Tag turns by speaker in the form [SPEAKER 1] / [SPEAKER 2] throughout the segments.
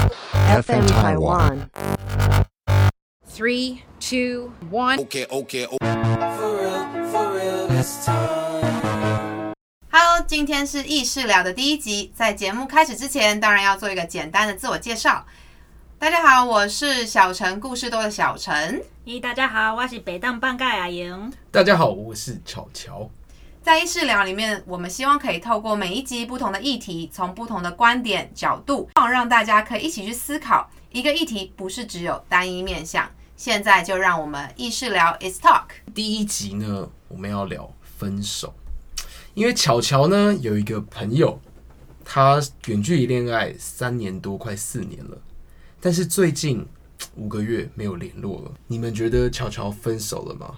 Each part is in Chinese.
[SPEAKER 1] FM Taiwan.
[SPEAKER 2] Three, two, one.
[SPEAKER 3] Okay, okay, okay.
[SPEAKER 4] Hello，今天是意识聊的第一集，在节目开始之前，当然要做一个简单的自我介绍。大家好，我是小陈故事多的小陈。
[SPEAKER 5] 咦，大家好，我是北当半盖阿莹。
[SPEAKER 6] 大家好，我是巧乔。
[SPEAKER 4] 在意识聊里面，我们希望可以透过每一集不同的议题，从不同的观点角度，让大家可以一起去思考一个议题，不是只有单一面向。现在就让我们意识聊，It's Talk。
[SPEAKER 6] 第一集呢，我们要聊分手，因为巧乔呢有一个朋友，她远距离恋爱三年多，快四年了，但是最近五个月没有联络了。你们觉得巧乔分手了吗？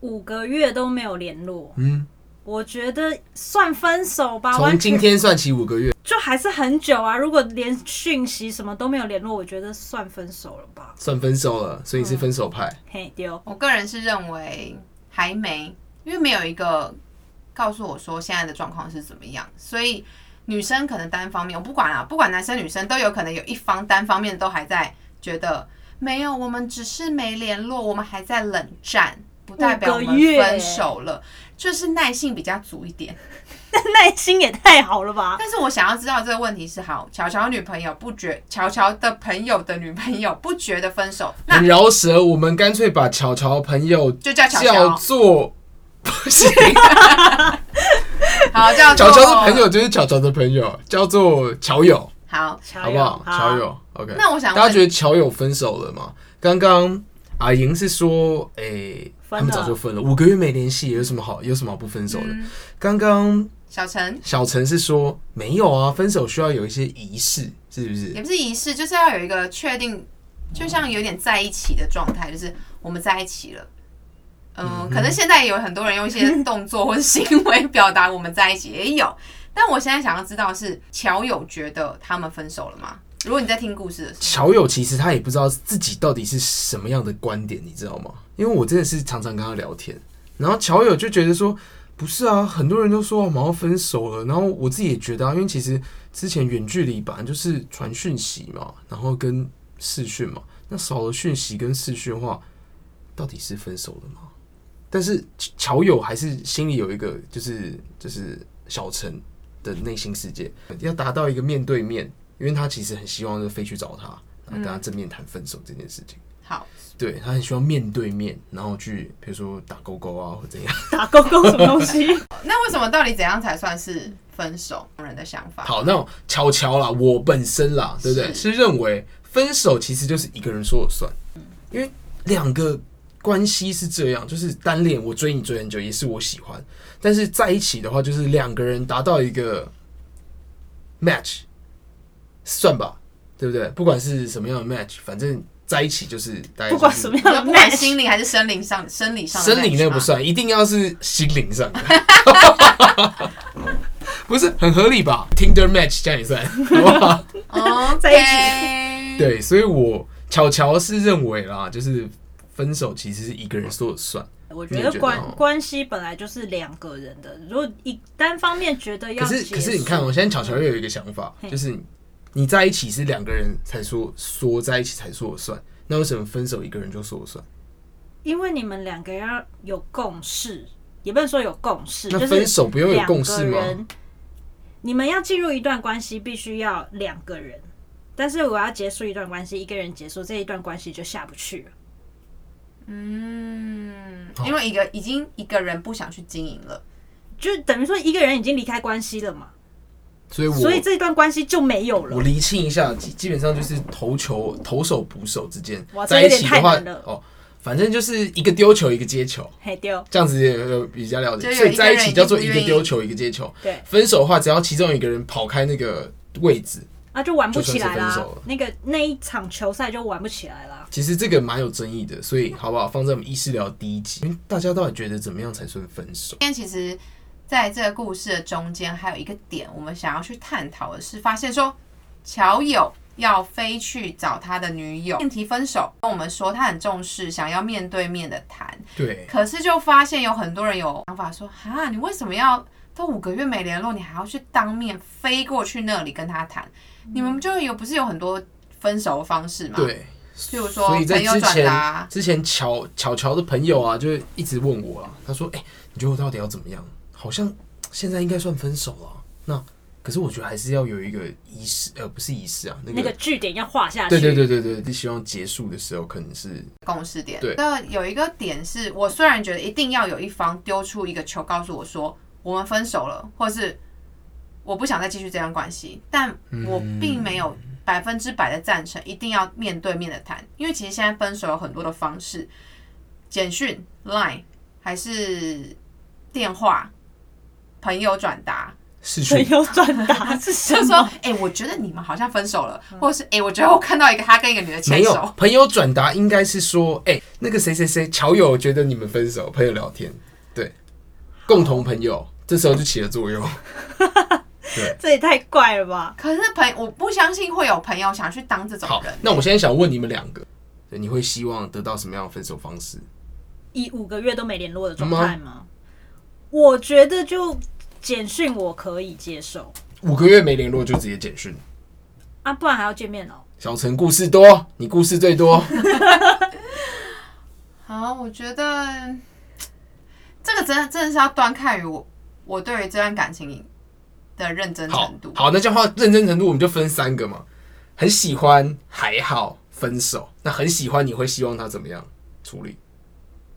[SPEAKER 5] 五个月都没有联络，
[SPEAKER 6] 嗯，
[SPEAKER 5] 我觉得算分手吧，
[SPEAKER 6] 从
[SPEAKER 5] 啊完
[SPEAKER 6] 今
[SPEAKER 5] 全
[SPEAKER 6] 天算起五个月，
[SPEAKER 5] 就还是很久啊。如果连讯息什么都没有联络，我觉得算分手了吧。
[SPEAKER 6] 算分手了，所以你是分手派。
[SPEAKER 5] 嘿，丢，
[SPEAKER 4] 我个人是认为还没，因为没有一个告诉我说现在的状况是怎么样，所以女生可能单方面，我不管啊，不管男生女生都有可能有一方单方面都还在觉得没有，我们只是没联络，我们还在冷战，不代表我
[SPEAKER 5] 五
[SPEAKER 4] 们
[SPEAKER 5] 个月
[SPEAKER 4] 分手了，就是耐性比较足一点。
[SPEAKER 5] 耐心也太好了吧？
[SPEAKER 4] 但是我想要知道这个问题是好，乔乔女朋友不觉，乔乔的朋友的女朋友不觉得分手，那
[SPEAKER 6] 很饶舌，我们干脆把巧乔朋友
[SPEAKER 4] 嗯就叫乔
[SPEAKER 6] 叫
[SPEAKER 4] 乔，
[SPEAKER 6] 做不行，
[SPEAKER 4] 好叫做哦
[SPEAKER 6] 巧乔的朋友就是巧乔的朋友，叫做乔友。
[SPEAKER 4] 好。
[SPEAKER 5] 乔
[SPEAKER 6] 好不
[SPEAKER 5] 友
[SPEAKER 6] 好？乔，友，OK。
[SPEAKER 4] 那我想问
[SPEAKER 6] 大家觉得乔友分手了吗？刚刚阿莹是说，诶、
[SPEAKER 5] 分
[SPEAKER 6] 他
[SPEAKER 5] 了
[SPEAKER 6] 们早就分了，五个月没联系，有什么好有什么好不分手的？刚刚
[SPEAKER 4] 小陈
[SPEAKER 6] 小陈是说没有啊，分手需要有一些仪式，是不
[SPEAKER 4] 也
[SPEAKER 6] 是？
[SPEAKER 4] 不是仪式，就是要有一个确定，就像有点在一起的状态，就是我们在一起了。嗯，可能现在有很多人用一些动作或者行为表达我们在一起，也有。但我现在想要知道是乔友觉得他们分手了吗？如果你在听故事的时候，
[SPEAKER 6] 乔友其实他也不知道自己到底是什么样的观点，你知道吗？因为我真的是常常跟他聊天，然后乔友就觉得说，不是啊，很多人都说我们要分手了，然后我自己也觉得、啊，因为其实之前远距离本来就是传讯息嘛，然后跟视讯嘛，那少了讯息跟视讯的话，到底是分手了吗？但是乔乔友还是心里有一个，就是就是小陈的内心世界，要达到一个面对面，因为他其实很希望就飞去找他，然后跟他正面谈分手这件事情。
[SPEAKER 4] 好，
[SPEAKER 6] 对他很希望面对面，然后去比如说打勾勾啊或怎样。
[SPEAKER 5] 打勾勾什么东西？
[SPEAKER 4] 那为什么到底怎样才算是分手？人的想法，
[SPEAKER 6] 好，那乔乔啦，我本身啦，对不对？
[SPEAKER 4] 是
[SPEAKER 6] 是认为分手其实就是一个人说了算，因为两个关系是这样，就是单恋我追你追很久，也是我喜欢，但是在一起的话，就是两个人达到一个 match，算吧，对不对？不管是什么样的 match，反正在一起就是大概、就是、
[SPEAKER 5] 不管什么样
[SPEAKER 4] 那
[SPEAKER 5] 的
[SPEAKER 4] 不管
[SPEAKER 5] match，
[SPEAKER 4] 心灵还是生理上，生理上的
[SPEAKER 6] 生理那
[SPEAKER 4] match
[SPEAKER 6] 个不
[SPEAKER 4] 吗。
[SPEAKER 6] 算，一定要是心灵上的， 不是很合理吧？Tinder match 这样 也算，好不好？
[SPEAKER 4] 哦，
[SPEAKER 5] 在一起嗯
[SPEAKER 4] 起，
[SPEAKER 6] 对，所以我巧乔是认为啦，就是分手其实是一个人说了算，
[SPEAKER 5] 我觉
[SPEAKER 6] 你也
[SPEAKER 5] 得
[SPEAKER 6] 觉得
[SPEAKER 5] 关
[SPEAKER 6] 哦
[SPEAKER 5] 关系本来就是两个人的，如果一单方面觉得
[SPEAKER 6] 可
[SPEAKER 5] 要结
[SPEAKER 6] 是
[SPEAKER 5] 束，
[SPEAKER 6] 可是你看哦，我现在巧巧又有一个想法，
[SPEAKER 5] 嘿
[SPEAKER 6] 就是你在一起是两个人才说说在一起才说了算，那为什么分手一个人就说了算？
[SPEAKER 5] 因为你们两个要有共识，也不能说有共识，
[SPEAKER 6] 那
[SPEAKER 5] 就是
[SPEAKER 6] 分手不用有共识吗
[SPEAKER 5] 两个人？你们要进入一段关系，必须要两个人。但是我要结束一段关系，一个人结束这一段关系就下不去了。
[SPEAKER 4] 嗯，因为一个已经一个人不想去经营了。
[SPEAKER 5] 就等于说一个人已经离开关系了嘛，
[SPEAKER 6] 所以哎我
[SPEAKER 5] 所以这段关系就没有
[SPEAKER 6] 我
[SPEAKER 5] 了。
[SPEAKER 6] 厘清一下，基基本上就是投球投手捕手之间
[SPEAKER 5] 哇这
[SPEAKER 6] 在
[SPEAKER 5] 有
[SPEAKER 6] 一
[SPEAKER 5] 点
[SPEAKER 6] 起的话
[SPEAKER 5] 太难了，
[SPEAKER 6] 哦，反正就是一个丢球一个接球，
[SPEAKER 5] 嘿丢，
[SPEAKER 6] 这样子也有比较了
[SPEAKER 4] 就
[SPEAKER 6] 解。
[SPEAKER 4] 有
[SPEAKER 6] 所以
[SPEAKER 4] 一个
[SPEAKER 6] 在一
[SPEAKER 4] 人
[SPEAKER 6] 起
[SPEAKER 4] 已
[SPEAKER 6] 叫
[SPEAKER 4] 经
[SPEAKER 6] 做
[SPEAKER 4] 不
[SPEAKER 6] 一个
[SPEAKER 4] 愿意
[SPEAKER 6] 丢球一个接球。
[SPEAKER 5] 对
[SPEAKER 6] 分手的话，只要其中一个人跑开那个位置，
[SPEAKER 5] 啊就玩不起来
[SPEAKER 6] 就算是
[SPEAKER 5] 啦
[SPEAKER 6] 分手了。
[SPEAKER 5] 那个那一场球赛就玩不起来啦。
[SPEAKER 6] 其实这个蛮有争议的。所以好不好，放在我们医师聊第一集，因为大家到底觉得怎么样才算分手？
[SPEAKER 4] 今天其实在这个故事的中间，还有一个点，我们想要去探讨的是，发现说乔友要飞去找他的女友，问提分手，跟我们说他很重视，想要面对面的谈，
[SPEAKER 6] 对，
[SPEAKER 4] 可是就发现有很多人有想法说，哈，你为什么要都五个月没联络，你还要去当面飞过去那里跟他谈？你们就有不是有很多分手的方式嘛。
[SPEAKER 6] 嗯对，
[SPEAKER 4] 譬如说
[SPEAKER 6] 所以在
[SPEAKER 4] 朋友
[SPEAKER 6] 之
[SPEAKER 4] 转达
[SPEAKER 6] 前，之前巧巧巧的朋友啊，就是一直问我啊，他说：“哎、你觉得我到底要怎么样？好像现在应该算分手了啊、那可是我觉得还是要有一个仪式，呃，不是仪式啊，那个
[SPEAKER 5] 那个据点要画下去。
[SPEAKER 6] 对对对对对，希望结束的时候可能是
[SPEAKER 4] 共识点。
[SPEAKER 6] 对
[SPEAKER 4] 那有一个点是我虽然觉得一定要有一方丢出一个球告诉我说我们分手了，或是我不想再继续这段关系，但我并没有
[SPEAKER 6] 嗯
[SPEAKER 4] 百分之百的赞成一定要面对面的谈，因为其实现在分手有很多的方式，简讯、Line 还是电话、朋友转达，
[SPEAKER 6] 逝
[SPEAKER 5] 朋
[SPEAKER 6] 去。
[SPEAKER 5] 友转达是什
[SPEAKER 4] 就
[SPEAKER 5] 么？
[SPEAKER 4] 说哎、我觉得你们好像分手了，或是哎、我觉得我看到一个他跟一个女的牵
[SPEAKER 6] 嗯没
[SPEAKER 4] 手
[SPEAKER 6] 有。朋友转达应该是说，哎、那个谁谁谁巧友觉得你们分手，朋友聊天，对，共同朋友，这时候就起了作用。
[SPEAKER 5] 这也太怪了吧！
[SPEAKER 4] 可是朋，我不相信会有朋友想去当这种
[SPEAKER 6] 好
[SPEAKER 4] 人。，
[SPEAKER 6] 那我现在想问你们两个，对你会希望得到什么样的分手方式？
[SPEAKER 5] 以五个月都没联络的状
[SPEAKER 6] 吗
[SPEAKER 5] 态吗？我觉得就简讯我可以接受
[SPEAKER 6] 五个月没联络就直接简讯。
[SPEAKER 5] 啊，不然还要见面哦。
[SPEAKER 6] 小陈故事多，你故事 最多。
[SPEAKER 4] 好，我觉得这个真的真的是要端看于我我对于这段感情的认真
[SPEAKER 6] 好
[SPEAKER 4] 程度。
[SPEAKER 6] 好，那这样的话认真程度我们就分三个嘛，很喜欢还好分手，那很喜欢你会希望他怎么样处理？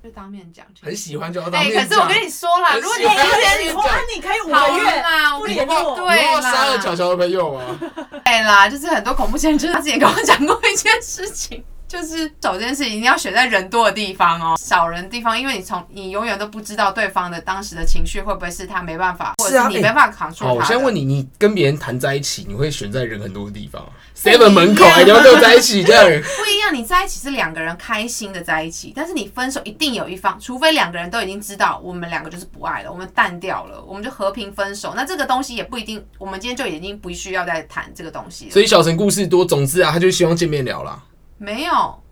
[SPEAKER 4] 就当面讲。
[SPEAKER 6] 很喜欢就要当
[SPEAKER 4] 哎、
[SPEAKER 6] 面
[SPEAKER 4] 可是我
[SPEAKER 6] 讲
[SPEAKER 4] 跟你说啦，
[SPEAKER 6] 很
[SPEAKER 4] 如果你
[SPEAKER 6] 喜
[SPEAKER 5] 哎
[SPEAKER 4] 今
[SPEAKER 6] 欢
[SPEAKER 4] 天
[SPEAKER 6] 你
[SPEAKER 5] 哇你可以五
[SPEAKER 4] 好
[SPEAKER 5] 个月
[SPEAKER 4] 啦，我
[SPEAKER 5] 不
[SPEAKER 4] 跟
[SPEAKER 5] 联络
[SPEAKER 4] 对
[SPEAKER 6] 你要
[SPEAKER 4] 啦
[SPEAKER 6] 杀了巧巧的朋友吗？
[SPEAKER 4] 对哎啦，就是很多恐怖情人，就是他之前跟我讲过一件事情，就是首先是一定要选在人多的地方哦，少人的地方，因为你从你永远都不知道对方的当时的情绪会不会是他没办法，或
[SPEAKER 6] 是
[SPEAKER 4] 者
[SPEAKER 6] 啊
[SPEAKER 4] 是哦你
[SPEAKER 6] 哎
[SPEAKER 4] 没办法扛住他
[SPEAKER 6] 好，
[SPEAKER 4] 的。
[SPEAKER 6] 我先问你，你跟别人谈在一起，你会选在人很多的地方啊
[SPEAKER 4] 不一样
[SPEAKER 6] ？seven 门口，哎，你要跟我在一起这样？
[SPEAKER 4] 不一样，你在一起是两个人开心的在一起，但是你分手一定有一方，除非两个人都已经知道我们两个就是不爱了，我们淡掉了，我们就和平分手。那这个东西也不一定，我们今天就已经不需要再谈这个东西了。
[SPEAKER 6] 所以小陈故事多，总之啊，他就希望见面聊啦。
[SPEAKER 4] 没有，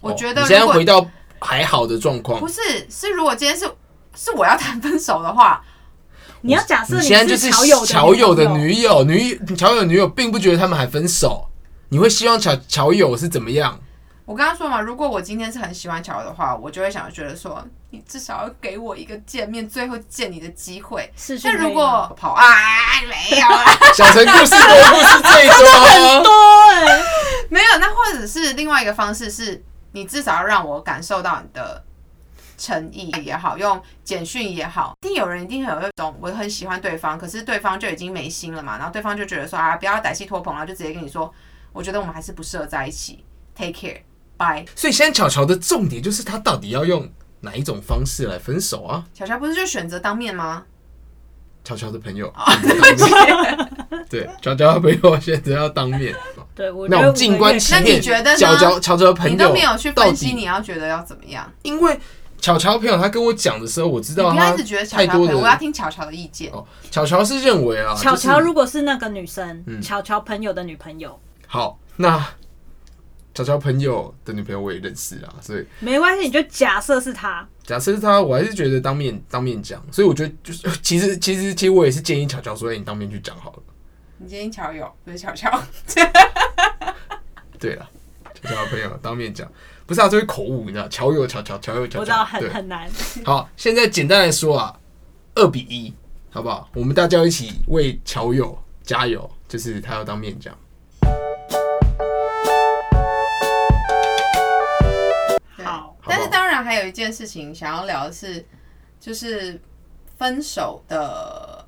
[SPEAKER 4] 我觉得
[SPEAKER 6] 哦你现
[SPEAKER 4] 如
[SPEAKER 6] 在
[SPEAKER 4] 果
[SPEAKER 6] 回到还好的状况
[SPEAKER 4] 不，是是如果今天是是我要谈分手的话，
[SPEAKER 5] 你要假设
[SPEAKER 6] 现在就是
[SPEAKER 5] 乔友的
[SPEAKER 6] 乔友的
[SPEAKER 5] 朋友，
[SPEAKER 6] 女友，女乔友女友并不觉得他们还分手，你会希望乔乔友是怎么样？
[SPEAKER 4] 我刚刚说嘛，如果我今天是很喜欢乔的话，我就会想觉得说，你至少要给我一个见面，最后见你的机会。
[SPEAKER 5] 是
[SPEAKER 4] 那如果跑啊，没有啦。
[SPEAKER 6] 小陈故事多，故事最 多。啊
[SPEAKER 5] 多哎，
[SPEAKER 4] 没有，那或者是另外一个方式是，你至少要让我感受到你的诚意也好，用简讯也好，一定有人一定会有一种我很喜欢对方，可是对方就已经没心了嘛，然后对方就觉得说啊，不要歹戏拖棚，然后就直接跟你说，我觉得我们还是不适合在一起，take care，bye。
[SPEAKER 6] 所以现在巧巧的重点就是他到底要用哪一种方式来分手啊？
[SPEAKER 4] 小乔不是就选择当面吗？
[SPEAKER 6] 巧巧的朋友，
[SPEAKER 4] 对不起
[SPEAKER 6] 对，巧巧的朋友选择要当面。
[SPEAKER 5] 对我
[SPEAKER 6] 那
[SPEAKER 5] 觉得
[SPEAKER 6] 我们
[SPEAKER 5] 五
[SPEAKER 6] 静
[SPEAKER 5] 个
[SPEAKER 6] 观
[SPEAKER 5] 月
[SPEAKER 6] 其
[SPEAKER 4] 那
[SPEAKER 6] 变。
[SPEAKER 4] 你觉得呢
[SPEAKER 6] 巧巧巧巧的朋
[SPEAKER 4] 你
[SPEAKER 6] 友
[SPEAKER 4] 都没有去
[SPEAKER 6] 到
[SPEAKER 4] 分析
[SPEAKER 6] 底
[SPEAKER 4] 你要觉得要怎么样，
[SPEAKER 6] 因为巧巧朋友他跟我讲的时候，我知
[SPEAKER 4] 你
[SPEAKER 6] 道
[SPEAKER 4] 不要
[SPEAKER 6] 他
[SPEAKER 4] 一直觉得乔
[SPEAKER 6] 太
[SPEAKER 4] 乔
[SPEAKER 6] 多
[SPEAKER 4] 朋
[SPEAKER 6] 的
[SPEAKER 4] 友，我要听乔乔的意见。
[SPEAKER 6] 哦，巧巧是认为啊，
[SPEAKER 5] 巧巧
[SPEAKER 6] 就是
[SPEAKER 5] 如果是那个女生，
[SPEAKER 6] 嗯
[SPEAKER 5] 巧巧朋友的女朋友，
[SPEAKER 6] 好，那巧巧朋友的女朋友我也认识啊，所以
[SPEAKER 5] 没关系，你就假设是她。
[SPEAKER 6] 假设是他，我还是觉得当面当面讲，所以我觉得就是 其实其实其实我也是建议巧巧说，哎你当面去讲好了。
[SPEAKER 4] 你今天乔友不是乔乔，
[SPEAKER 6] 对了，巧巧朋友当面讲，不是啊，这会口误，你知道，巧友巧巧巧友巧巧，
[SPEAKER 5] 我知道很
[SPEAKER 6] 对
[SPEAKER 5] 很难，
[SPEAKER 6] 好，现在简单来说啊，二比一，好不好？我们大家一起为乔友加油，就是他要当面讲。
[SPEAKER 4] 对
[SPEAKER 5] 好
[SPEAKER 6] 好不好
[SPEAKER 4] 但是当然还有一件事情想要聊的是，就是分手的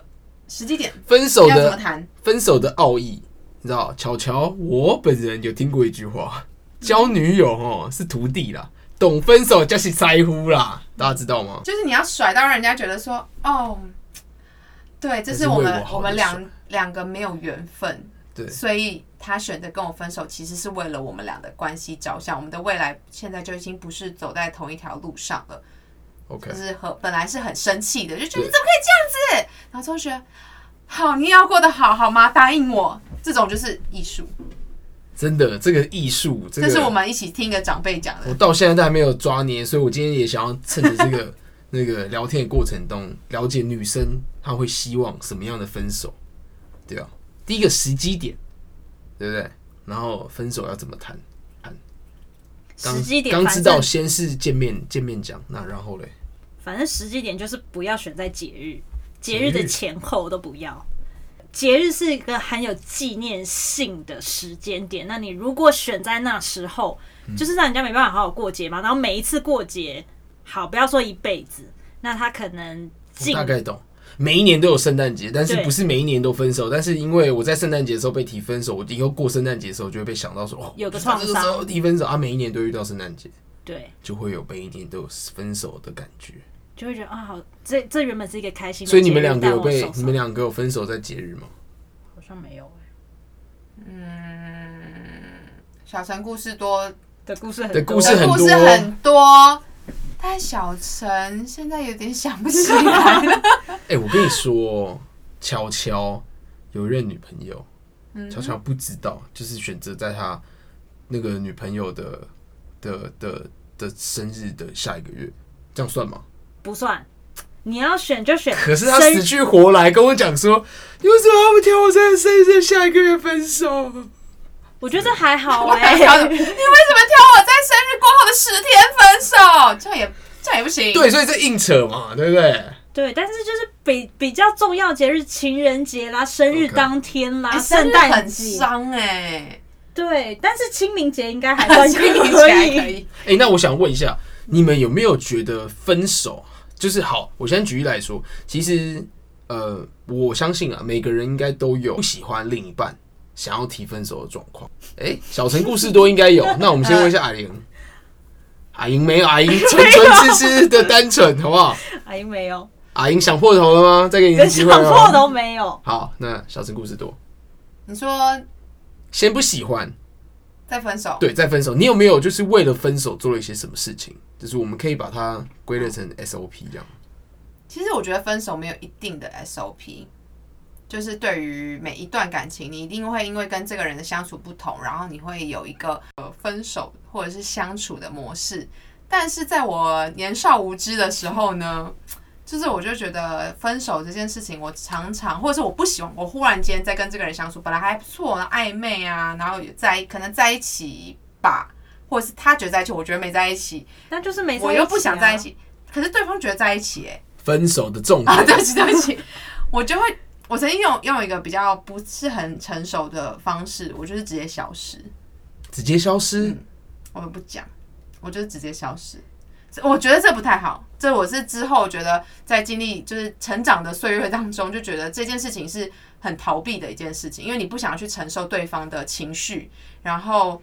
[SPEAKER 4] 时机点
[SPEAKER 6] 分手
[SPEAKER 4] 要怎么
[SPEAKER 6] 的
[SPEAKER 4] 谈？
[SPEAKER 6] 分手的奥义，你知道？巧巧，我本人有听过一句话，交女友哦是徒弟啦，懂分手就是在乎啦，大家知道吗？
[SPEAKER 4] 就是你要甩到让人家觉得说，哦，对，这是我
[SPEAKER 6] 还是为
[SPEAKER 4] 们
[SPEAKER 6] 我好
[SPEAKER 4] 我们
[SPEAKER 6] 就
[SPEAKER 4] 两两个没有缘分，
[SPEAKER 6] 对
[SPEAKER 4] 所以他选择跟我分手，其实是为了我们俩的关系着想，我们的未来现在就已经不是走在同一条路上了，
[SPEAKER 6] ，OK
[SPEAKER 4] 就。是和本来是很生气的，就觉得你
[SPEAKER 6] 对
[SPEAKER 4] 怎么可以这样子，然后就觉得好，你也要过得好好吗？答应我，这种就是艺术。
[SPEAKER 6] 真的，这个艺术，这
[SPEAKER 4] 这
[SPEAKER 6] 个
[SPEAKER 4] 是我们一起听一个长辈讲
[SPEAKER 6] 我
[SPEAKER 4] 的。
[SPEAKER 6] 到现在都还没有抓捏，所以我今天也想要趁着这个 那个聊天的过程中，了解女生她会希望什么样的分手，对啊，第一个时机点，对不对？然后分手要怎么谈？刚
[SPEAKER 5] 时机点
[SPEAKER 6] 刚
[SPEAKER 5] 反
[SPEAKER 6] 知
[SPEAKER 5] 正
[SPEAKER 6] 道，先是见面见面讲，那然后嘞，
[SPEAKER 5] 反正时机点就是不要选在节日，节日的前后都不要。节日是一个很有纪念性的时间点，那你如果选在那时候，
[SPEAKER 6] 嗯
[SPEAKER 5] 就是让人家没办法好好过节嘛。然后每一次过节，好不要说一辈子，那他可能
[SPEAKER 6] 我
[SPEAKER 5] 近
[SPEAKER 6] 大概懂。每一年都有圣诞节，但是
[SPEAKER 5] 对
[SPEAKER 6] 不是每一年都分手？但是因为我在圣诞节的时候被提分手，我以后过圣诞节的时候就会被想到说，哦，
[SPEAKER 5] 有个
[SPEAKER 6] 就是他
[SPEAKER 5] 创
[SPEAKER 6] 这个时候
[SPEAKER 5] 伤
[SPEAKER 6] 提分手啊，每一年都遇到圣诞节，
[SPEAKER 5] 对，
[SPEAKER 6] 就会有每一年都有分手的感觉。
[SPEAKER 5] 就会觉得啊，好，这这原本是一个开心的节
[SPEAKER 6] 所
[SPEAKER 5] 日，
[SPEAKER 6] 以你们两个
[SPEAKER 5] 但
[SPEAKER 6] 有
[SPEAKER 5] 我
[SPEAKER 6] 被
[SPEAKER 5] 受
[SPEAKER 6] 你
[SPEAKER 5] 伤
[SPEAKER 6] 们两个有分手在节日吗？
[SPEAKER 5] 好像没有欸
[SPEAKER 4] 小城故事多，
[SPEAKER 5] 的故事很
[SPEAKER 6] 的
[SPEAKER 5] 多
[SPEAKER 6] 嗯故事很多
[SPEAKER 4] 故事很多，但小城现在有点想不起来 了。
[SPEAKER 6] 哎、我跟你说，乔乔有任女朋友，
[SPEAKER 5] 嗯
[SPEAKER 6] 乔乔不知道，就是选择在他那个女朋友的的的的生日的下一个月，这样算吗？
[SPEAKER 5] 不算，你要选就选。
[SPEAKER 6] 可是他
[SPEAKER 5] 生
[SPEAKER 6] 死去活来跟我讲说，你为什么要挑我在生日的下一个月分手？
[SPEAKER 5] 哎我觉得这还 好
[SPEAKER 4] 我
[SPEAKER 5] 哎、
[SPEAKER 4] 想挑你为什么挑我在生日过后的十天分手？这样也这样也不行。
[SPEAKER 6] 对，所以这硬扯嘛，对不对？
[SPEAKER 5] 对，但是就是比比较重要节日，情人节啦、生日
[SPEAKER 6] OK
[SPEAKER 5] 当天啦、
[SPEAKER 4] 哎，
[SPEAKER 5] 圣
[SPEAKER 4] 生日
[SPEAKER 5] 诞
[SPEAKER 4] 很
[SPEAKER 5] 节，
[SPEAKER 4] 伤哎，
[SPEAKER 5] 对，但是清明节应该 还算
[SPEAKER 4] 清明节
[SPEAKER 5] 可
[SPEAKER 4] 还可
[SPEAKER 5] 以。
[SPEAKER 4] 以。
[SPEAKER 6] 哎、那我想问一下，你们有没有觉得分手就是好？我先举例来说，其实呃，我相信啊，每个人应该都有不喜欢另一半想要提分手的状况。哎、小陈故事多应该有。那我们先问一下阿莹，阿莹没 有，阿莹纯纯自私的单纯，好不好？
[SPEAKER 5] 哎，没有，
[SPEAKER 6] 阿莹想破头了吗？再给你一次
[SPEAKER 5] 跟
[SPEAKER 6] 机
[SPEAKER 5] 想
[SPEAKER 6] 会哦
[SPEAKER 5] 破都没有。
[SPEAKER 6] 好，那小陈故事多，
[SPEAKER 4] 你说
[SPEAKER 6] 先不喜欢，
[SPEAKER 4] 再分手，
[SPEAKER 6] 对，再分手。你有没有就是为了分手做了一些什么事情？就是我们可以把它归类成 SOP 这样。
[SPEAKER 4] 其实我觉得分手没有一定的 SOP，就是对于每一段感情，你一定会因为跟这个人的相处不同，然后你会有一个呃分手或者是相处的模式。但是在我年少无知的时候呢，就是我就觉得分手这件事情，我常常或者是我不喜欢，我忽然间在跟这个人相处，本来还不错，然后暧昧啊，然后也在可能在一起吧，或者是他觉得在一起，我觉得没在一起，
[SPEAKER 5] 但就是没、
[SPEAKER 4] 我又不想
[SPEAKER 5] 啊
[SPEAKER 4] 在一，起，可是对方觉得在一起、欸，
[SPEAKER 6] 分手的重
[SPEAKER 4] 啊，对
[SPEAKER 6] 点。
[SPEAKER 4] 不起，对不起，我就会，我曾经用用一个比较不是很成熟的方式，我就是直接消失，
[SPEAKER 6] 直接消失
[SPEAKER 4] 嗯。我也不讲，我就是直接消失。这我觉得这不太好，这我是之后觉得在经历就是成长的岁月当中，就觉得这件事情是很逃避的一件事情，因为你不想要去承受对方的情绪，然后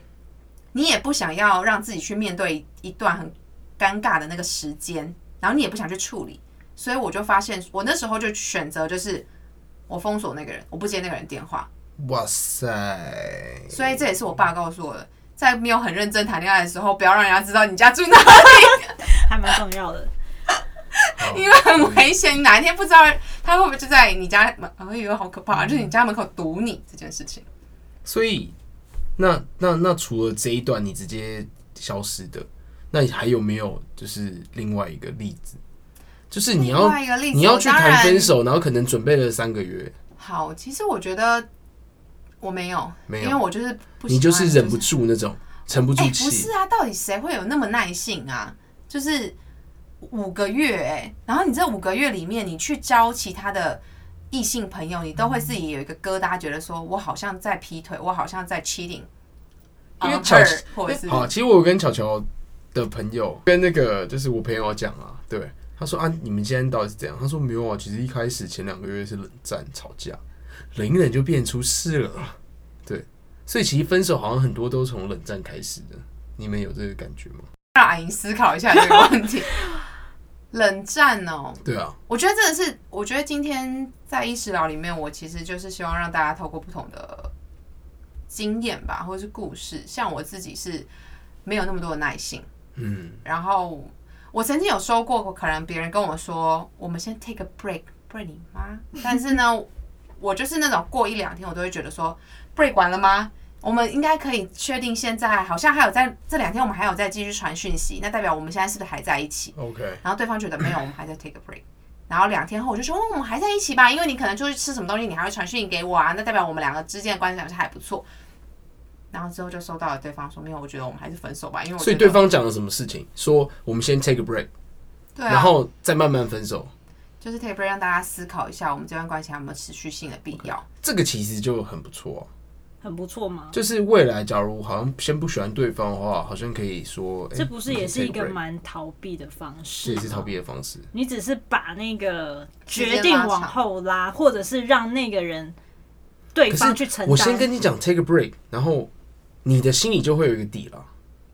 [SPEAKER 4] 你也不想要让自己去面对一段很尴尬的那个时间，然后你也不想去处理，所以我就发现，我那时候就选择就是我封锁那个人，我不接那个人电话，
[SPEAKER 6] 哇塞！
[SPEAKER 4] 所以这也是我爸告诉我的，在没有很认真谈恋爱的时候，不要让人家知道你家住哪，
[SPEAKER 5] 还蛮重要的。
[SPEAKER 6] 好
[SPEAKER 4] 因为很危险。你哪一天不知道他会不会就在你家门，哎呦，好可
[SPEAKER 6] 嗯
[SPEAKER 4] 怕！就是你家门口堵你这件事情。
[SPEAKER 6] 所以那那那除了这一段你直接消失的，那你还有没有就是另外一个例子？就是你
[SPEAKER 4] 另
[SPEAKER 6] 要
[SPEAKER 4] 外一个例子，
[SPEAKER 6] 你要
[SPEAKER 4] 我
[SPEAKER 6] 去
[SPEAKER 4] 当然
[SPEAKER 6] 谈分。手，然后可能准备了三个月，
[SPEAKER 4] 好，其实我觉得我没有，
[SPEAKER 6] 没有
[SPEAKER 4] 因为我就是不喜欢，
[SPEAKER 6] 你就是忍不住那种沉不
[SPEAKER 4] 哎、
[SPEAKER 6] 住
[SPEAKER 4] 不是
[SPEAKER 6] 气。
[SPEAKER 4] 啊，到底谁会有那么耐性啊？就是五个月哎、然后你这五个月里面，你去交其他的异性朋友，你都会自己有一个疙瘩，觉得说我好像在劈腿，我好像在 cheating，
[SPEAKER 6] 因为
[SPEAKER 4] on
[SPEAKER 6] 巧
[SPEAKER 4] her，或啊者是
[SPEAKER 6] 好，其实我有跟巧巧的朋友跟那个就是我朋友讲啊，对，他说啊，你们今天到底是怎样？他说没有啊，其实一开始前两个月是冷战吵架，忍一忍就变出事了啊，对，所以其实分手好像很多都从冷战开始的，你们有这个感觉吗？
[SPEAKER 4] 让阿莹思考一下这个问题。冷战哦，
[SPEAKER 6] 对啊，
[SPEAKER 4] 我觉得真的是，我觉得今天在意识聊里面，我其实就是希望让大家透过不同的经验吧，或者是故事，像我自己是没有那么多的耐性。
[SPEAKER 6] 嗯，
[SPEAKER 4] 然后我曾经有收过，可能别人跟我说，我们先 take a break，不然你妈。 但是呢，我就是那种过一两天，我都会觉得说 break 完了吗？我们应该可以确定，现在好像还有在这两天，我们还有在继续传讯息，那代表我们现在是不是还在一起？
[SPEAKER 6] OK，
[SPEAKER 4] 然后对方觉得没有，我们还在 take a break。然后两天后我就说，哦，我们还在一起吧，因为你可能出去吃什么东西，你还会传讯给我啊，那代表我们两个之间的关系好像还不错。然后之后就收到了对方说没有，我觉得我们还是分手吧，因为我
[SPEAKER 6] 所以
[SPEAKER 4] 觉
[SPEAKER 6] 对
[SPEAKER 4] 得
[SPEAKER 6] 方讲了什么事情？说我们先 take a break，、
[SPEAKER 4] 对啊，
[SPEAKER 6] 然后再慢慢分手。
[SPEAKER 4] 就是 take a break 让大家思考一下，我们这段关系还有没有持续性的必要。
[SPEAKER 6] 这个其实就很不错、啊，
[SPEAKER 5] 很不错嘛。
[SPEAKER 6] 就是未来假如好像先不喜欢对方的话，好像可以说，哎
[SPEAKER 5] 这不是也是一个
[SPEAKER 6] take a break
[SPEAKER 5] 蛮逃避的方
[SPEAKER 6] 这
[SPEAKER 5] 式？
[SPEAKER 6] 也是逃。避的方式。
[SPEAKER 5] 你只是把那个
[SPEAKER 4] 时
[SPEAKER 5] 决
[SPEAKER 4] 间
[SPEAKER 5] 定
[SPEAKER 4] 拉
[SPEAKER 5] 往
[SPEAKER 4] 长
[SPEAKER 5] 后拉，或者是让那个人对
[SPEAKER 6] 可
[SPEAKER 5] 方去承
[SPEAKER 6] 是
[SPEAKER 5] 担。
[SPEAKER 6] 我先跟你讲 take a break，然后你的心里就会有一个底了，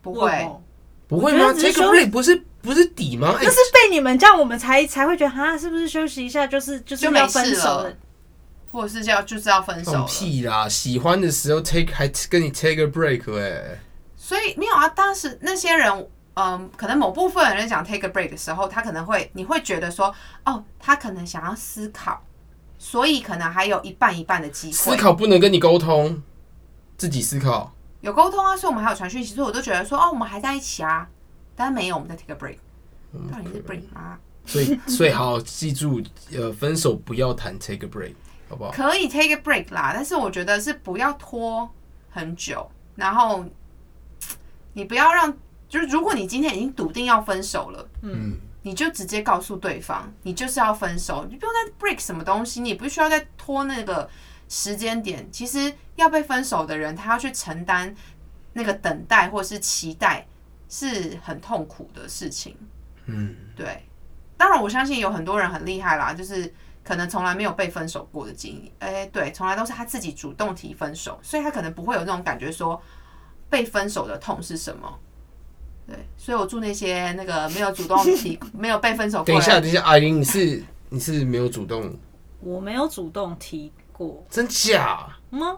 [SPEAKER 4] 不
[SPEAKER 5] 问
[SPEAKER 4] 会，
[SPEAKER 5] 我
[SPEAKER 6] 不会
[SPEAKER 5] 我觉得
[SPEAKER 6] 吗
[SPEAKER 5] 只是
[SPEAKER 6] ？take a
[SPEAKER 5] 说
[SPEAKER 6] break 不是不是底吗？哎、
[SPEAKER 5] 就是被你们这样，我们才才会觉得哈，是不是休息一下就是就是
[SPEAKER 4] 就没
[SPEAKER 5] 要分
[SPEAKER 4] 事
[SPEAKER 5] 手
[SPEAKER 4] 了？或者是要就是要分手
[SPEAKER 6] 放
[SPEAKER 4] 了。
[SPEAKER 6] 屁啦！喜欢的时候 take 还跟你 take a break 哎、
[SPEAKER 4] 所以没有啊，当时那些人，嗯、可能某部分人讲 take a break 的时候，他可能会，你会觉得说，哦，他可能想要思考，所以可能还有一半一半的机
[SPEAKER 6] 思
[SPEAKER 4] 会。
[SPEAKER 6] 考不能跟你沟通，自己思考。
[SPEAKER 4] 有沟通啊，所以我们还有传讯息，所以我都觉得说，哦，我们还在一起啊，但没有，我们在 take a break，到
[SPEAKER 6] 嗯
[SPEAKER 4] 底是 break 吗？
[SPEAKER 6] 所以，所以好好记住，呃，分手不要谈 take a break，好不好？
[SPEAKER 4] 可以 take a break 啦，但是我觉得是不要拖很久，然后你不要让，就是如果你今天已经笃定要分手了，
[SPEAKER 6] 嗯，
[SPEAKER 4] 你就直接告诉对方，你就是要分手，你不用再 break 什么东西，你不需要再拖那个时间点。其实要被分手的人，他要去承担那个等待或是期待，是很痛苦的事情。
[SPEAKER 6] 嗯，
[SPEAKER 4] 对。当然，我相信有很多人很厉害啦，就是可能从来没有被分手过的经历。哎、对，从来都是他自己主动提分手，所以他可能不会有那种感觉说被分手的痛是什么。对，所以我祝那些那个没有主动 提、没有被分手过的
[SPEAKER 6] 等
[SPEAKER 4] 人
[SPEAKER 6] 一下，等一下，阿玲，你是你是没有主动，
[SPEAKER 5] 我没有主动提过嗯
[SPEAKER 6] 真假？
[SPEAKER 5] 吗？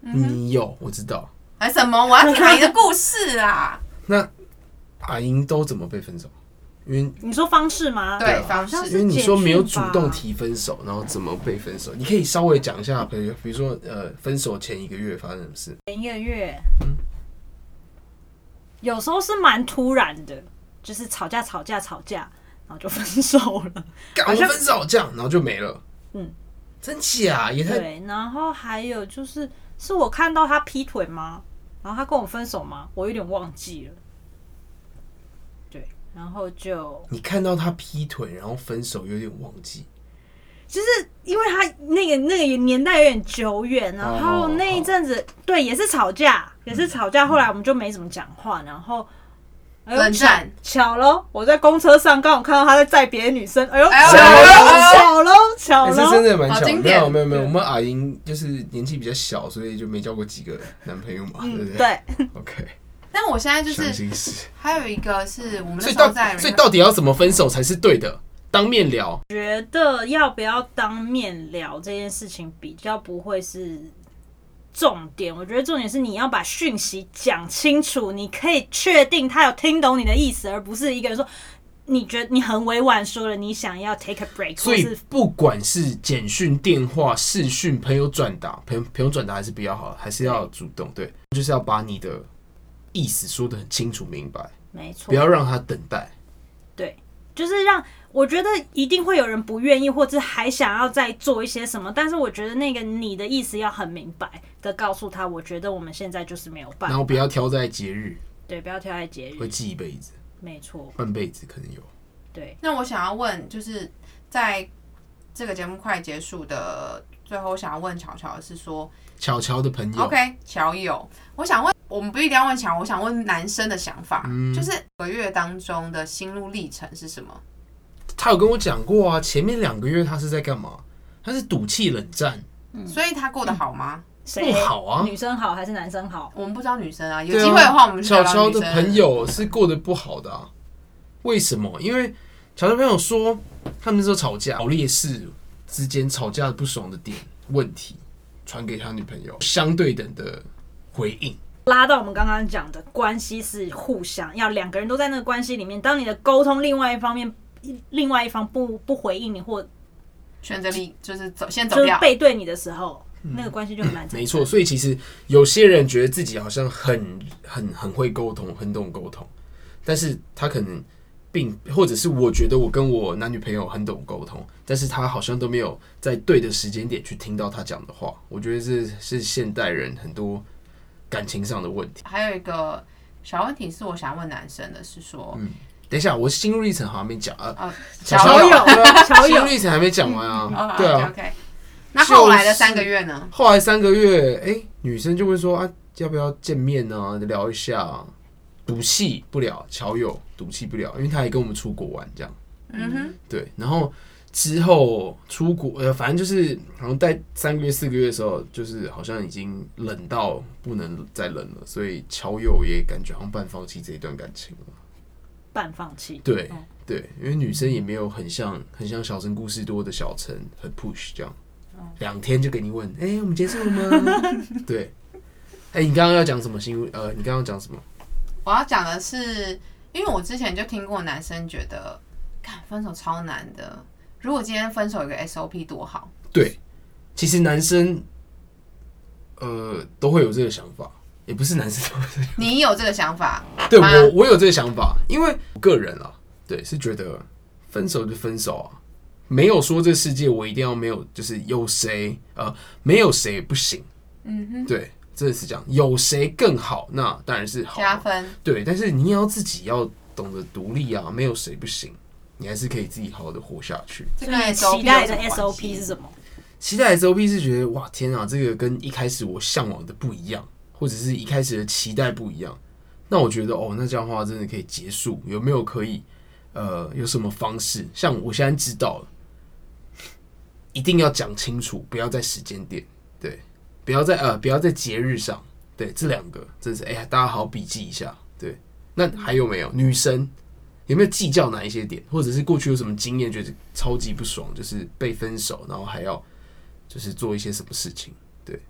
[SPEAKER 4] 嗯
[SPEAKER 6] 你有，我知道。
[SPEAKER 4] 哎，什么？我要听阿姨的故事啊！
[SPEAKER 6] 那阿英都怎么被分手？因为
[SPEAKER 5] 你说方式吗？
[SPEAKER 4] 对
[SPEAKER 6] 啊
[SPEAKER 4] 方式
[SPEAKER 5] 好像是
[SPEAKER 6] 因为你说没有主
[SPEAKER 5] 简
[SPEAKER 6] 动
[SPEAKER 5] 讯吧。
[SPEAKER 6] 提分手，然后怎么被分手？你可以稍微讲一下，比如比如说呃，分手前一个月发生什么事？
[SPEAKER 5] 前一个月，有时候是蛮突然的，就是吵架吵架吵架，然后就分手了。
[SPEAKER 6] 干
[SPEAKER 5] 好
[SPEAKER 6] 我
[SPEAKER 5] 像
[SPEAKER 6] 分手这样，然后就没了。
[SPEAKER 5] 嗯，
[SPEAKER 6] 真假也太……
[SPEAKER 5] 对，然后还有就是，是我看到他劈腿吗？然后他跟我分手吗？我有点忘记了。对，然后就
[SPEAKER 6] 你看到他劈腿，然后分手，有点忘记。
[SPEAKER 5] 就是因为他那个那个年代有点久远，然后
[SPEAKER 6] 哦
[SPEAKER 5] 那一阵子、对也是吵架，
[SPEAKER 4] 嗯
[SPEAKER 5] 也是吵架，后来我们就没怎么讲话，然后。哎呦
[SPEAKER 4] 冷战
[SPEAKER 5] 巧巧咯，我在公车上刚好看到他在载别的女生，哎呦，
[SPEAKER 4] 哎呦
[SPEAKER 5] 巧咯，巧咯，巧
[SPEAKER 6] 哎、
[SPEAKER 5] 咯，
[SPEAKER 6] 这真的蛮
[SPEAKER 4] 好
[SPEAKER 6] 巧的，
[SPEAKER 4] 经
[SPEAKER 6] 没
[SPEAKER 4] 典
[SPEAKER 6] 有没有没有，
[SPEAKER 5] 对
[SPEAKER 6] 我们阿英就是年纪比较小，所以就没交过几个男朋友嘛，对不
[SPEAKER 5] 嗯，
[SPEAKER 6] 对
[SPEAKER 5] 对，
[SPEAKER 6] ？OK，
[SPEAKER 4] 但我现在就
[SPEAKER 6] 伤
[SPEAKER 4] 是
[SPEAKER 6] 心事。
[SPEAKER 4] 还有一个是我们那
[SPEAKER 6] 所以
[SPEAKER 4] 时候
[SPEAKER 6] 到
[SPEAKER 4] 在，
[SPEAKER 6] 所以到底要怎么分手才是对的？当面聊，
[SPEAKER 5] 觉得要不要当面聊这件事情比较不会是重点，我觉得重点是你要把讯息讲清楚，你可以确定他有听懂你的意思，而不是一个人说你觉得你很委婉说了你想 要 take a break，
[SPEAKER 6] 所
[SPEAKER 5] 或
[SPEAKER 6] 以
[SPEAKER 5] 是
[SPEAKER 6] 不管是简讯、电话、视讯、朋友转达，朋友朋友转达还是比较好，还是要主动，对，就是要把你的意思说的很清楚明白，
[SPEAKER 5] 没
[SPEAKER 6] 不
[SPEAKER 5] 错，
[SPEAKER 6] 要让他等待。
[SPEAKER 5] 就是让我觉得一定会有人不愿意，或者还想要再做一些什么，但是我觉得那个你的意思要很明白的告诉他，我觉得我们现在就是没有办
[SPEAKER 6] 然
[SPEAKER 5] 法
[SPEAKER 6] 后，不要挑在节日，
[SPEAKER 5] 对，不要挑在节
[SPEAKER 6] 会
[SPEAKER 5] 日，
[SPEAKER 6] 记一辈子，
[SPEAKER 5] 没错，
[SPEAKER 6] 半辈子可能有。
[SPEAKER 5] 对，
[SPEAKER 4] 那我想要问，就是在这个节目快结束的最后，我想要问巧巧的是说，
[SPEAKER 6] 巧巧的朋友
[SPEAKER 4] OK，乔友，我想问，我们不一定要问乔，我想问男生的想法，
[SPEAKER 6] 嗯
[SPEAKER 4] 就是个月当中的心路历程是什么？
[SPEAKER 6] 他有跟我讲过啊，前面两个月他是在干嘛？他是赌气冷战，
[SPEAKER 4] 所以他过得好吗？
[SPEAKER 5] 谁
[SPEAKER 6] 不好啊。
[SPEAKER 5] 女生好还是男生好？
[SPEAKER 4] 我们不知道女生啊，有
[SPEAKER 6] 对啊
[SPEAKER 4] 机会的话我们去聊聊
[SPEAKER 6] 巧巧
[SPEAKER 4] 女
[SPEAKER 6] 的
[SPEAKER 4] 生
[SPEAKER 6] 朋友是过得不好的、啊，为什么？因为巧巧朋友说他们那时候吵架，小烈士之间吵架不爽的点问题，传给他女朋友，相对等的回应。
[SPEAKER 5] 拉到我们刚刚讲的关系是互相，要两个人都在那个关系里面。当你的沟通另外一方面，另外一方不不回应你或
[SPEAKER 4] 选择离就是走先走
[SPEAKER 5] 就是
[SPEAKER 4] 掉，
[SPEAKER 5] 背对你的时候，那个关系就很难产生。
[SPEAKER 6] 嗯没错，所以其实有些人觉得自己好像很很很会沟通，很懂沟通，但是他可能并或者是我觉得我跟我男女朋友很懂沟通，但是他好像都没有在对的时间点去听到他讲的话。我觉得这是现代人很多感情上的问题。
[SPEAKER 4] 还有一个小问题是我想问男生的，是说，
[SPEAKER 6] 等一下，我心路历程好像没讲啊，
[SPEAKER 4] 呃，
[SPEAKER 6] 小
[SPEAKER 4] 小
[SPEAKER 6] 小
[SPEAKER 4] 友
[SPEAKER 5] 友
[SPEAKER 6] 对啊
[SPEAKER 5] 小友
[SPEAKER 6] 心路历程还没讲完
[SPEAKER 4] 哦
[SPEAKER 6] 啊，对啊
[SPEAKER 4] o。k 那后来的三个月呢？
[SPEAKER 6] 后来三个月，哎、女生就会说啊，要不要见面啊，聊一下、啊。赌气不了，乔友赌气不了，因为他也跟我们出国玩这样。
[SPEAKER 4] 嗯哼，
[SPEAKER 6] 对，然后之后出国，呃，反正就是好像在三个月、四个月的时候，就是好像已经冷到不能再冷了，所以乔友也感觉好像半放弃这一段感情了。
[SPEAKER 5] 半放弃。
[SPEAKER 6] 对
[SPEAKER 5] 嗯
[SPEAKER 6] 对，因为女生也没有很像很像小城故事多的小城，很 push 这样，两天就给你问，哎、我们结束了吗？ 对，哎、你刚刚要讲什么新闻？呃，你刚刚讲什么？
[SPEAKER 4] 我要讲的是，因为我之前就听过男生觉得，看分手超难的。如果今天分手有个 SOP 多好，
[SPEAKER 6] 对，其实男生呃都会有这个想法，也不是男生都会有这个
[SPEAKER 4] 你有这个想法？
[SPEAKER 6] 对
[SPEAKER 4] 吗
[SPEAKER 6] 我我有这个想法，因为我个人啊，对，是觉得分手就分手啊，没有说这世界我一定要没有，就是有谁呃没有谁不行。
[SPEAKER 4] 嗯哼，
[SPEAKER 6] 对，真的是这样。有谁更好，那当然是好嘛
[SPEAKER 4] 加分。
[SPEAKER 6] 对，但是你也要自己要懂得独立啊，没有谁不行，你还是可以自己好好的活下去。
[SPEAKER 4] 这
[SPEAKER 5] 所
[SPEAKER 4] 个
[SPEAKER 5] 以你期待的 SOP 是
[SPEAKER 4] 么
[SPEAKER 5] 什么？
[SPEAKER 6] 期待 SOP 是觉得哇天啊，这个跟一开始我向往的不一样，或者是一开始的期待不一样。那我觉得哦，那这样的话真的可以结束，有没有可以呃有什么方式？像我现在知道了，一定要讲清楚，不要在时间点，对，不要在呃不要在节日上，对，这两个真是哎呀，大家好好笔记一下。对，那还有没有女生？有没有计较哪一些点，或者是过去有什么经验，觉得超级不爽，就是被分手，然后还要就是做一些什么事情。对，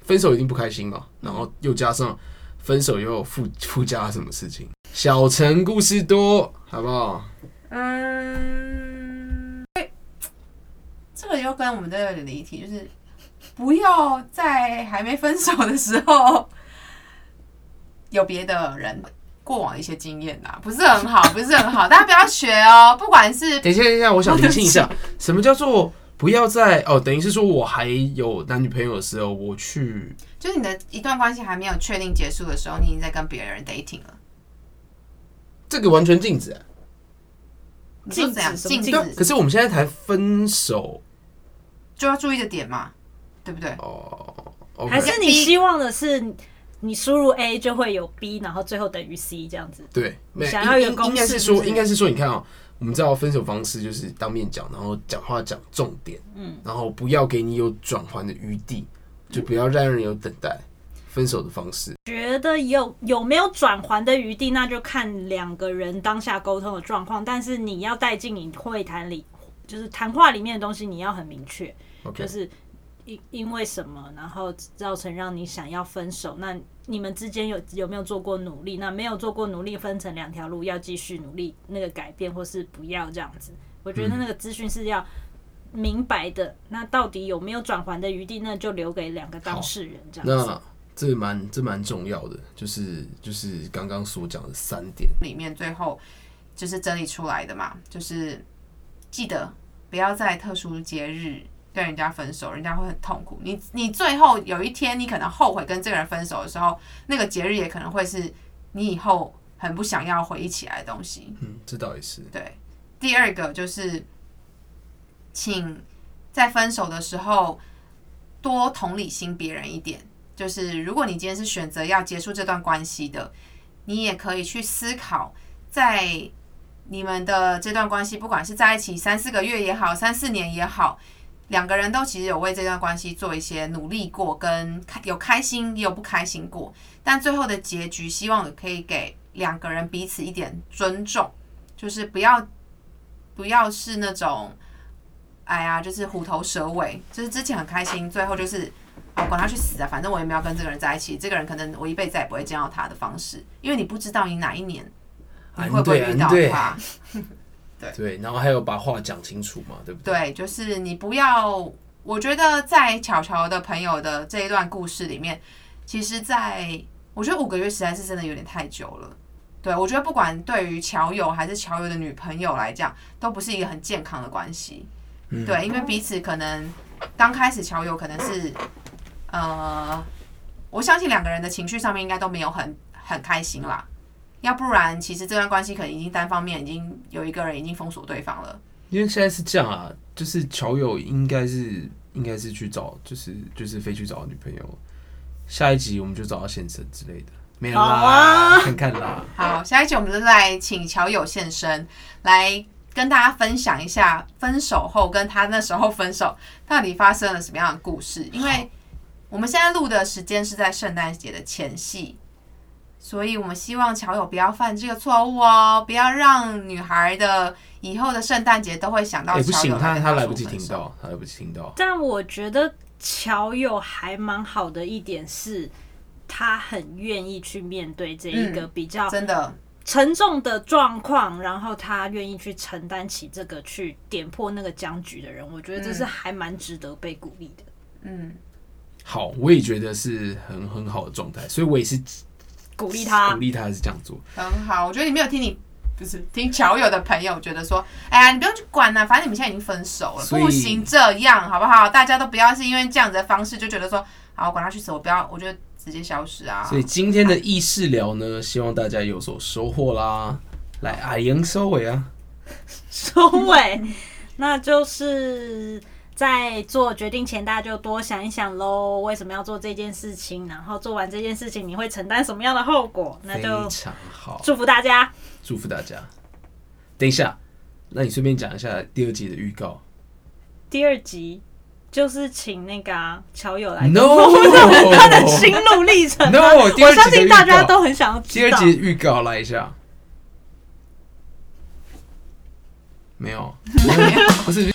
[SPEAKER 6] 分手一定不开心嘛，然后又加上分手又有附附加什么事情。小城故事多，好不好？
[SPEAKER 4] 嗯，对这个又跟我们这个有点离题，就是不要在还没分手的时候有别的人过往的一些经验呐、不是很好，不是很好，大家不要学哦。不管是
[SPEAKER 6] 等一下，等一下，我想厘清一下，什么叫做不要在哦？等于是说我还有男女朋友的时候，我去
[SPEAKER 4] 就是你的一段关系还没有确定结束的时候，你已经在跟别人 dating 了，
[SPEAKER 6] 这个完全禁止、欸。
[SPEAKER 4] 你说怎样
[SPEAKER 5] 禁止什么
[SPEAKER 4] 禁止
[SPEAKER 5] 禁止
[SPEAKER 6] 可是我们现在才分手
[SPEAKER 4] 就要注意的点嘛，对不对？
[SPEAKER 6] 哦。o
[SPEAKER 5] 还
[SPEAKER 6] k
[SPEAKER 5] 是你希望的是你输入 A 就会有 B，然后最后等于 C 这样子？
[SPEAKER 6] 对，没
[SPEAKER 5] 想要有
[SPEAKER 6] 应
[SPEAKER 5] 公
[SPEAKER 6] 应该
[SPEAKER 5] 式
[SPEAKER 6] 是
[SPEAKER 5] 是不
[SPEAKER 6] 说，
[SPEAKER 5] 是
[SPEAKER 6] 应该是说，你看哦，我们知道分手方式就是当面讲，然后讲话讲重点，
[SPEAKER 5] 嗯，
[SPEAKER 6] 然后不要给你有转圜的余地，就不要让人有等待。分手的方式，
[SPEAKER 5] 觉得有有没有转圜的余地，那就看两个人当下沟通的状况。但是你要带进你会谈里，就是谈话里面的东西，你要很明确
[SPEAKER 6] OK
[SPEAKER 5] 就是因因为什么，然后造成让你想要分手。那你们之间有有没有做过努力？那没有做过努力，分成两条路，要继续努力那个改变，或是不要这样子。我觉得那个资讯是要。明白的，那到底有没有转圜的余地，那就留给两个当
[SPEAKER 6] 好
[SPEAKER 5] 事人这样子。
[SPEAKER 6] 那这蛮这蛮重要的，就是就是刚刚所讲的三点。
[SPEAKER 4] 里面最后就是整理出来的嘛，就是记得不要在特殊节日跟人家分手，人家会很痛苦。你你最后有一天你可能后悔跟这个人分手的时候，那个节日也可能会是你以后很不想要回忆起来的东西。
[SPEAKER 6] 嗯，这倒也是。
[SPEAKER 4] 对，第二个就是，请在分手的时候多同理心别人一点。就是如果你今天是选择要结束这段关系的，你也可以去思考，在你们的这段关系，不管是在一起三四个月也好，三四年也好，两个人都其实有为这段关系做一些努力过，跟开有开心也有不开心过，但最后的结局，希望可以给两个人彼此一点尊重。就是不要不要是那种，哎呀，就是虎头蛇尾，就是之前很开心，最后就是我、哦管他去死啊，反正我也没有跟这个人在一起，这个人可能我一辈子再也不会见到他的方式，因为你不知道你哪一年你会不会遇到
[SPEAKER 6] 啊对
[SPEAKER 4] 他。
[SPEAKER 6] 啊对，然后还有把话讲清楚嘛，对不对？
[SPEAKER 4] 对，就是你不要，我觉得在巧巧的朋友的这一段故事里面，其实在我觉得五个月实在是真的有点太久了。对，我觉得不管对于乔友还是乔友的女朋友来讲，都不是一个很健康的关系。
[SPEAKER 6] 嗯
[SPEAKER 4] 对，因为彼此可能刚开始乔友可能是呃我相信两个人的情绪上面应该都没有很很开心啦，要不然其实这段关系可能已经单方面已经有一个人已经封锁对方了。
[SPEAKER 6] 因为现在是这样啊，就是乔友应该是应该是去找，就是就是飞去找女朋友。下一集我们就找到现身之类的，没有啦，
[SPEAKER 5] 好啊
[SPEAKER 6] 看看啦。
[SPEAKER 4] 好，下一集我们就来请乔友现身，来跟大家分享一下分手后跟他那时候分手到底发生了什么样的故事。因为我们现在录的时间是在圣诞节的前夕，所以我们希望乔友不要犯这个错误哦，不要让女孩的以后的圣诞节都会想到
[SPEAKER 6] 哎、
[SPEAKER 4] 乔友、
[SPEAKER 6] 不行，他他来
[SPEAKER 4] 来
[SPEAKER 6] 不及
[SPEAKER 4] 跟她说分
[SPEAKER 6] 听
[SPEAKER 4] 手。
[SPEAKER 6] 到，他来不及听到。
[SPEAKER 5] 但我觉得乔友还蛮好的一点是，他很愿意去面对这一个比较
[SPEAKER 4] 真的，
[SPEAKER 5] 沉重的状况，然后他愿意去承担起这个去点破那个僵局的人，我觉得这是还蛮值得被鼓励的。
[SPEAKER 4] 嗯，
[SPEAKER 6] 好，我也觉得是很很好的状态，所以我也是
[SPEAKER 5] 鼓
[SPEAKER 6] 鼓
[SPEAKER 5] 励他
[SPEAKER 6] 鼓，励他是这样做。
[SPEAKER 4] 很好。我觉得你没有听你。不是听乔友的朋友觉得说，哎呀，你不用去管啦、反正你们现在已经分手了，
[SPEAKER 6] 所以
[SPEAKER 4] 不行这样，好不好？大家都不要是因为这样子的方式就觉得说，好，我管他去死，我不要，我就直接消失啊。
[SPEAKER 6] 所以今天的意识聊呢，希望大家有所收获啦。来，阿莹收尾啊。
[SPEAKER 5] 收尾，那就是在做决定前，大家就多想一想喽，为什么要做这件事情？然后做完这件事情，你会承担什么样的后果？那
[SPEAKER 6] 非
[SPEAKER 5] 就
[SPEAKER 6] 常好，
[SPEAKER 5] 祝福大家。
[SPEAKER 6] 祝福大家。等一下，那你顺便讲一下第二集的预告。
[SPEAKER 5] 第二集就是请那个啊乔友来
[SPEAKER 6] No，
[SPEAKER 5] 他的心路历程啊。
[SPEAKER 6] No，第二
[SPEAKER 5] 我
[SPEAKER 6] 集的
[SPEAKER 5] 相信大
[SPEAKER 6] 预
[SPEAKER 5] 家
[SPEAKER 6] 告
[SPEAKER 5] 都很想要
[SPEAKER 6] 第
[SPEAKER 5] 知
[SPEAKER 6] 二
[SPEAKER 5] 道。
[SPEAKER 6] 集的预告来 一下。没有，不是。